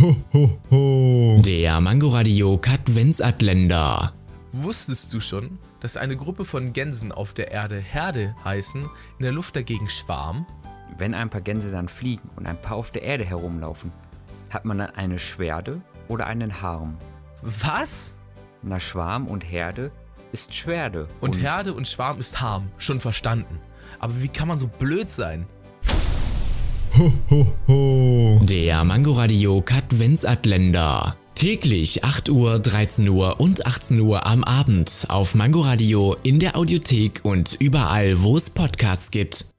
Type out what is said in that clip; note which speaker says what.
Speaker 1: Ho, ho, ho.
Speaker 2: Der Mangoradio Katwensatländer.
Speaker 3: Wusstest du schon, dass eine Gruppe von Gänsen auf der Erde Herde heißen, in der Luft dagegen Schwarm?
Speaker 4: Wenn ein paar Gänse dann fliegen und ein paar auf der Erde herumlaufen, hat man dann eine Schwerde oder einen Harm.
Speaker 3: Was?
Speaker 4: Na, Schwarm und Herde ist Schwerde.
Speaker 3: Und Herde und Schwarm ist Harm, schon verstanden. Aber wie kann man so blöd sein?
Speaker 1: Ho, ho, ho.
Speaker 2: Der Mangoradio Katwensatländer. Täglich 8 Uhr, 13 Uhr und 18 Uhr am Abend auf Mangoradio in der Audiothek und überall, wo es Podcasts gibt.